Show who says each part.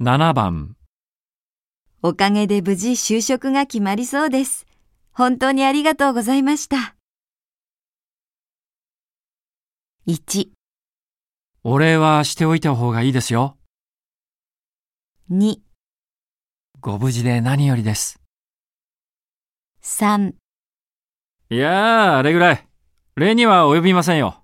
Speaker 1: 7番、
Speaker 2: おかげで無事就職が決まりそうです。本当にありがとうございました。1、
Speaker 1: お礼はしておいた方がいいですよ。
Speaker 2: 2、
Speaker 1: ご無事で何よりです。
Speaker 2: 3
Speaker 1: いやあ、あれぐらい。礼には及びませんよ。